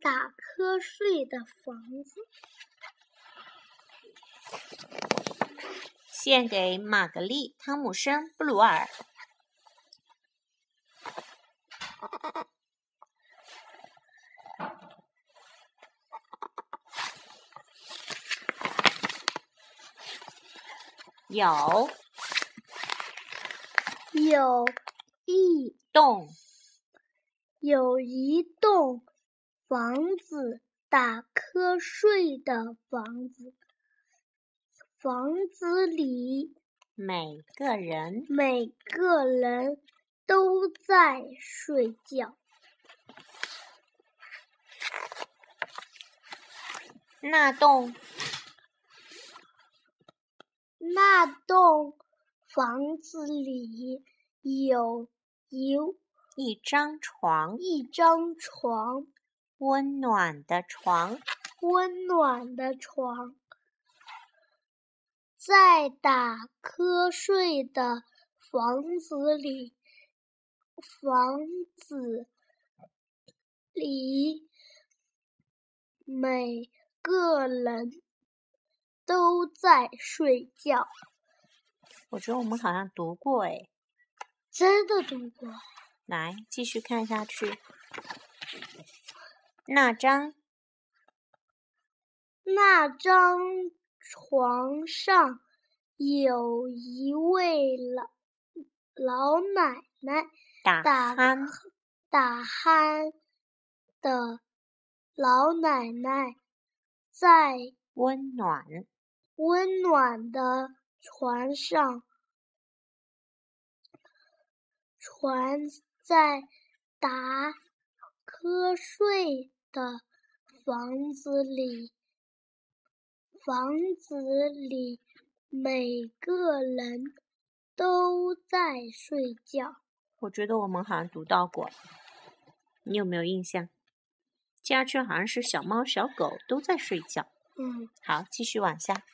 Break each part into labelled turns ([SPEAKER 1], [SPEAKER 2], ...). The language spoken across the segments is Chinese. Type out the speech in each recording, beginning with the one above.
[SPEAKER 1] 打瞌睡的房子。
[SPEAKER 2] 献给玛格丽·汤姆森·布鲁尔。有
[SPEAKER 1] 有一
[SPEAKER 2] 栋
[SPEAKER 1] 有一栋房子，打瞌睡的房子。房子里
[SPEAKER 2] 每个人
[SPEAKER 1] 每个人都在睡觉。
[SPEAKER 2] 那栋
[SPEAKER 1] 那栋房子里有一
[SPEAKER 2] 一张床，
[SPEAKER 1] 一张床，
[SPEAKER 2] 温暖的床，
[SPEAKER 1] 温暖的床。在打瞌睡的房子里，房子里每个人都在睡觉。
[SPEAKER 2] 我觉得我们好像读过哎。
[SPEAKER 1] 真的读过，
[SPEAKER 2] 来，继续看下去。那张
[SPEAKER 1] 那张床上有一位老老奶奶
[SPEAKER 2] 打
[SPEAKER 1] 打
[SPEAKER 2] 鼾，
[SPEAKER 1] 打鼾的老奶奶，在
[SPEAKER 2] 温暖
[SPEAKER 1] 温暖的床上，床在打瞌睡的房子里，房子里每个人都在睡觉。
[SPEAKER 2] 我觉得我们好像读到过，你有没有印象？接下去好像是小猫、小狗都在睡觉。
[SPEAKER 1] 嗯，
[SPEAKER 2] 好，继续往下。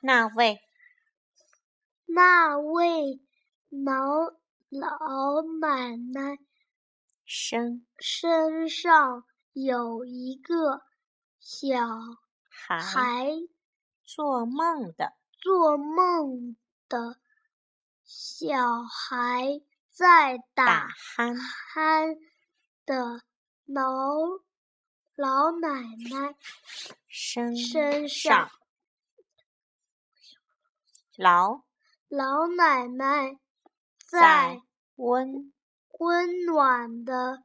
[SPEAKER 2] 那位
[SPEAKER 1] 那位老老奶奶
[SPEAKER 2] 生
[SPEAKER 1] 身上有一个小
[SPEAKER 2] 还
[SPEAKER 1] 孩
[SPEAKER 2] 做梦的
[SPEAKER 1] 做梦的小孩在
[SPEAKER 2] 打
[SPEAKER 1] 打
[SPEAKER 2] 鼾，
[SPEAKER 1] 鼾的老老奶奶
[SPEAKER 2] 身
[SPEAKER 1] 身
[SPEAKER 2] 上
[SPEAKER 1] 嗯上，
[SPEAKER 2] 老
[SPEAKER 1] 老奶奶
[SPEAKER 2] 在
[SPEAKER 1] 在
[SPEAKER 2] 温
[SPEAKER 1] 温暖的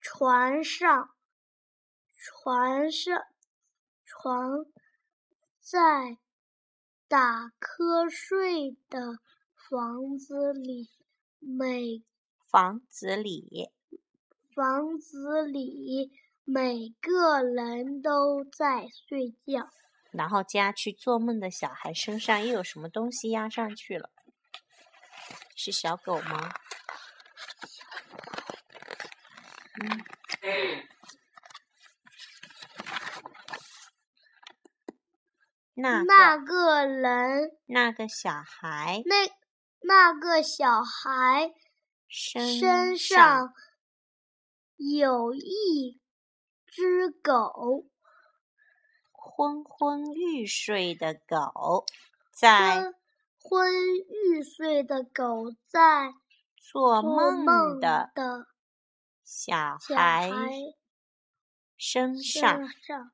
[SPEAKER 1] 床上，床上床在打瞌睡的房子里，每
[SPEAKER 2] 房子里，
[SPEAKER 1] 房子里每个人都在睡觉。
[SPEAKER 2] 然后接下去做梦的小孩身上又有什么东西压上去了？是小狗吗？嗯嗯。那
[SPEAKER 1] 那
[SPEAKER 2] 个
[SPEAKER 1] 个人，
[SPEAKER 2] 那个小孩
[SPEAKER 1] 那那个小孩
[SPEAKER 2] 身
[SPEAKER 1] 身上有一只狗，
[SPEAKER 2] 昏昏欲睡的狗，在
[SPEAKER 1] 昏昏欲睡的狗在
[SPEAKER 2] 做
[SPEAKER 1] 做
[SPEAKER 2] 梦
[SPEAKER 1] 梦
[SPEAKER 2] 的
[SPEAKER 1] 的
[SPEAKER 2] 小
[SPEAKER 1] 小
[SPEAKER 2] 孩
[SPEAKER 1] 孩
[SPEAKER 2] 身
[SPEAKER 1] 身
[SPEAKER 2] 上
[SPEAKER 1] 上。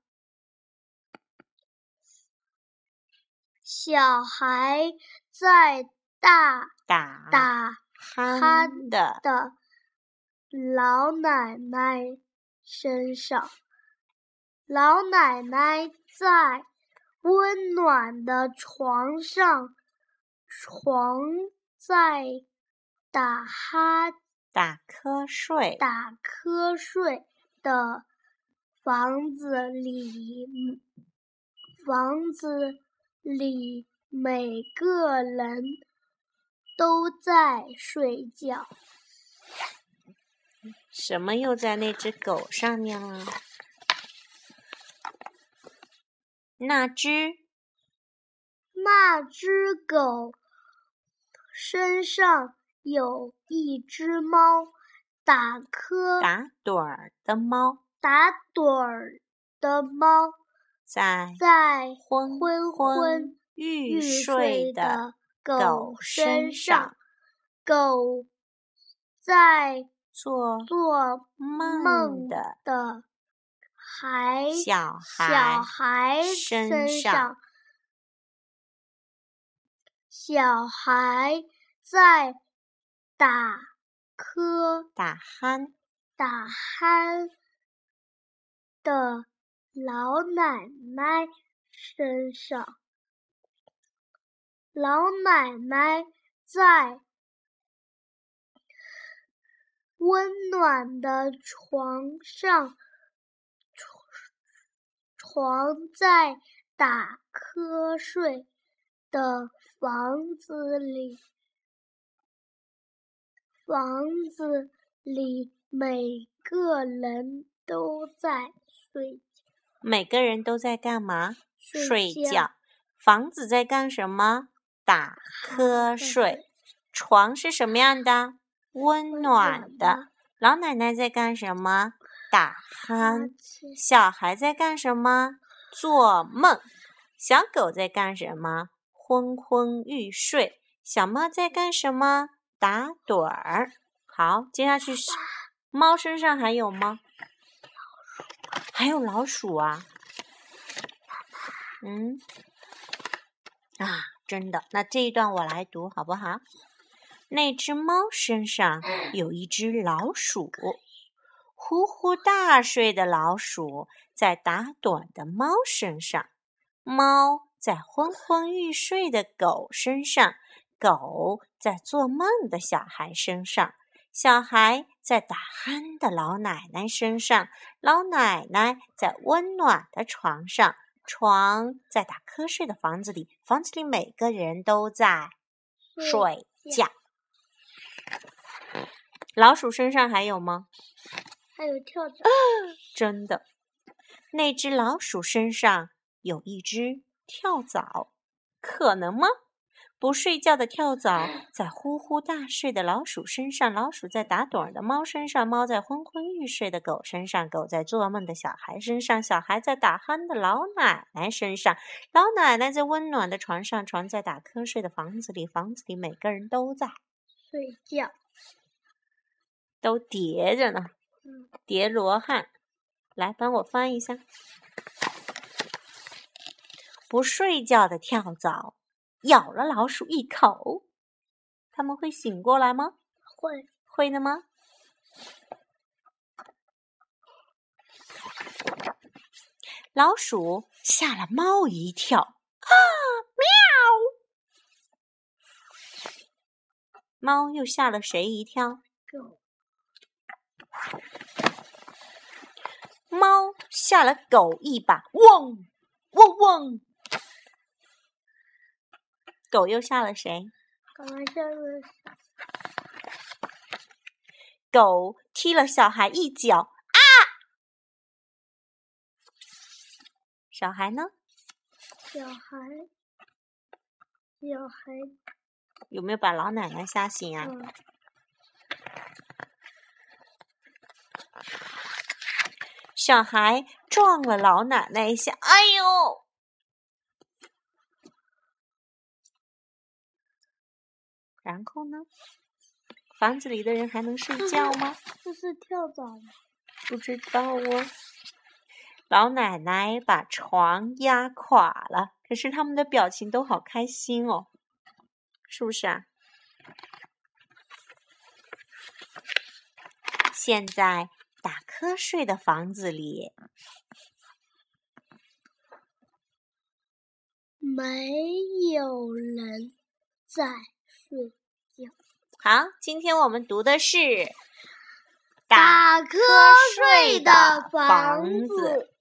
[SPEAKER 1] 小孩在大
[SPEAKER 2] 啊打
[SPEAKER 1] 打
[SPEAKER 2] 鼾的
[SPEAKER 1] 的老奶奶身上。老奶奶在温暖的床上，床在打哈
[SPEAKER 2] 打瞌睡，
[SPEAKER 1] 打瞌睡的房子里，嗯房子里每个人都在睡觉。
[SPEAKER 2] 什么又在那只狗上面了？那只
[SPEAKER 1] 那只狗身上有一只猫，打瞌
[SPEAKER 2] 打盹儿的猫
[SPEAKER 1] 打盹儿的猫
[SPEAKER 2] 在
[SPEAKER 1] 在
[SPEAKER 2] 昏
[SPEAKER 1] 昏昏
[SPEAKER 2] 欲
[SPEAKER 1] 欲
[SPEAKER 2] 睡
[SPEAKER 1] 睡
[SPEAKER 2] 的
[SPEAKER 1] 的
[SPEAKER 2] 狗
[SPEAKER 1] 狗身
[SPEAKER 2] 身上
[SPEAKER 1] 上，狗在
[SPEAKER 2] 做
[SPEAKER 1] 做
[SPEAKER 2] 梦
[SPEAKER 1] 梦
[SPEAKER 2] 的
[SPEAKER 1] 的孩
[SPEAKER 2] 小
[SPEAKER 1] 小
[SPEAKER 2] 孩
[SPEAKER 1] 孩
[SPEAKER 2] 身
[SPEAKER 1] 身
[SPEAKER 2] 上
[SPEAKER 1] 上，小孩在打瞌
[SPEAKER 2] 打鼾
[SPEAKER 1] 打鼾的老奶奶身上，老奶奶在温暖的床上，床在打瞌睡的房子里，房子里每个人都在睡
[SPEAKER 2] 每个人都在干嘛？睡
[SPEAKER 1] 觉。
[SPEAKER 2] 觉。房子在干什么？打
[SPEAKER 1] 打
[SPEAKER 2] 瞌
[SPEAKER 1] 瞌
[SPEAKER 2] 睡
[SPEAKER 1] 睡。
[SPEAKER 2] 床是什么样的？温
[SPEAKER 1] 温
[SPEAKER 2] 暖
[SPEAKER 1] 暖
[SPEAKER 2] 的。老奶奶在干什么？打鼾。
[SPEAKER 1] 气
[SPEAKER 2] 小孩在干什么？做梦。小狗在干什么？昏昏欲睡。小猫在干什么？打盹儿。好，接下去是猫身上还有吗？还有老鼠啊。嗯，啊，真的。那这一段我来读好不好？那只猫身上有一只老鼠，呼呼大睡的老鼠在打盹的猫身上，猫在昏昏欲睡的狗身上，狗在做梦的小孩身上，小孩在打鼾的老奶奶身上，老奶奶在温暖的床上，床在打瞌睡的房子里，房子里每个人都在睡
[SPEAKER 1] 觉
[SPEAKER 2] 觉。老鼠身上还有吗？
[SPEAKER 1] 还有跳蚤，
[SPEAKER 2] 真的，那只老鼠身上有一只跳蚤，可能吗？不睡觉的跳蚤在呼呼大睡的老鼠身上，老鼠在打盹儿的猫身上，猫在昏昏欲睡的狗身上，狗在做梦的小孩身上，小孩在打鼾的老奶奶身上，老奶奶在温暖的床上，床在打瞌睡的房子里，房子里每个人都在，
[SPEAKER 1] 睡觉，
[SPEAKER 2] 都叠着呢
[SPEAKER 1] 嗯，
[SPEAKER 2] 叠罗汉。来，帮我翻一下。不睡觉的跳蚤咬了老鼠一口，它们会醒过来吗？
[SPEAKER 1] 会
[SPEAKER 2] 会的吗？老鼠吓了猫一跳，啊，喵！猫又吓了谁一跳？
[SPEAKER 1] 狗
[SPEAKER 2] 猫吓了狗一把，汪汪汪！狗又吓了谁？
[SPEAKER 1] 搞完事儿了，
[SPEAKER 2] 狗踢了小孩一脚，啊！小孩呢？
[SPEAKER 1] 小孩，小孩，
[SPEAKER 2] 有没有把老奶奶吓醒啊？
[SPEAKER 1] 嗯，
[SPEAKER 2] 小孩撞了老奶奶一下，哎呦！然后呢？房子里的人还能睡觉吗？
[SPEAKER 1] 这是跳蚤吗？
[SPEAKER 2] 不知道哦。老奶奶把床压垮了，可是他们的表情都好开心哦，是不是啊？现在打瞌睡的房子里
[SPEAKER 1] 没有人在睡，
[SPEAKER 2] 好，今天我们读的是
[SPEAKER 1] 打瞌
[SPEAKER 2] 睡
[SPEAKER 1] 睡
[SPEAKER 2] 的
[SPEAKER 1] 的
[SPEAKER 2] 房
[SPEAKER 1] 房
[SPEAKER 2] 子
[SPEAKER 1] 子。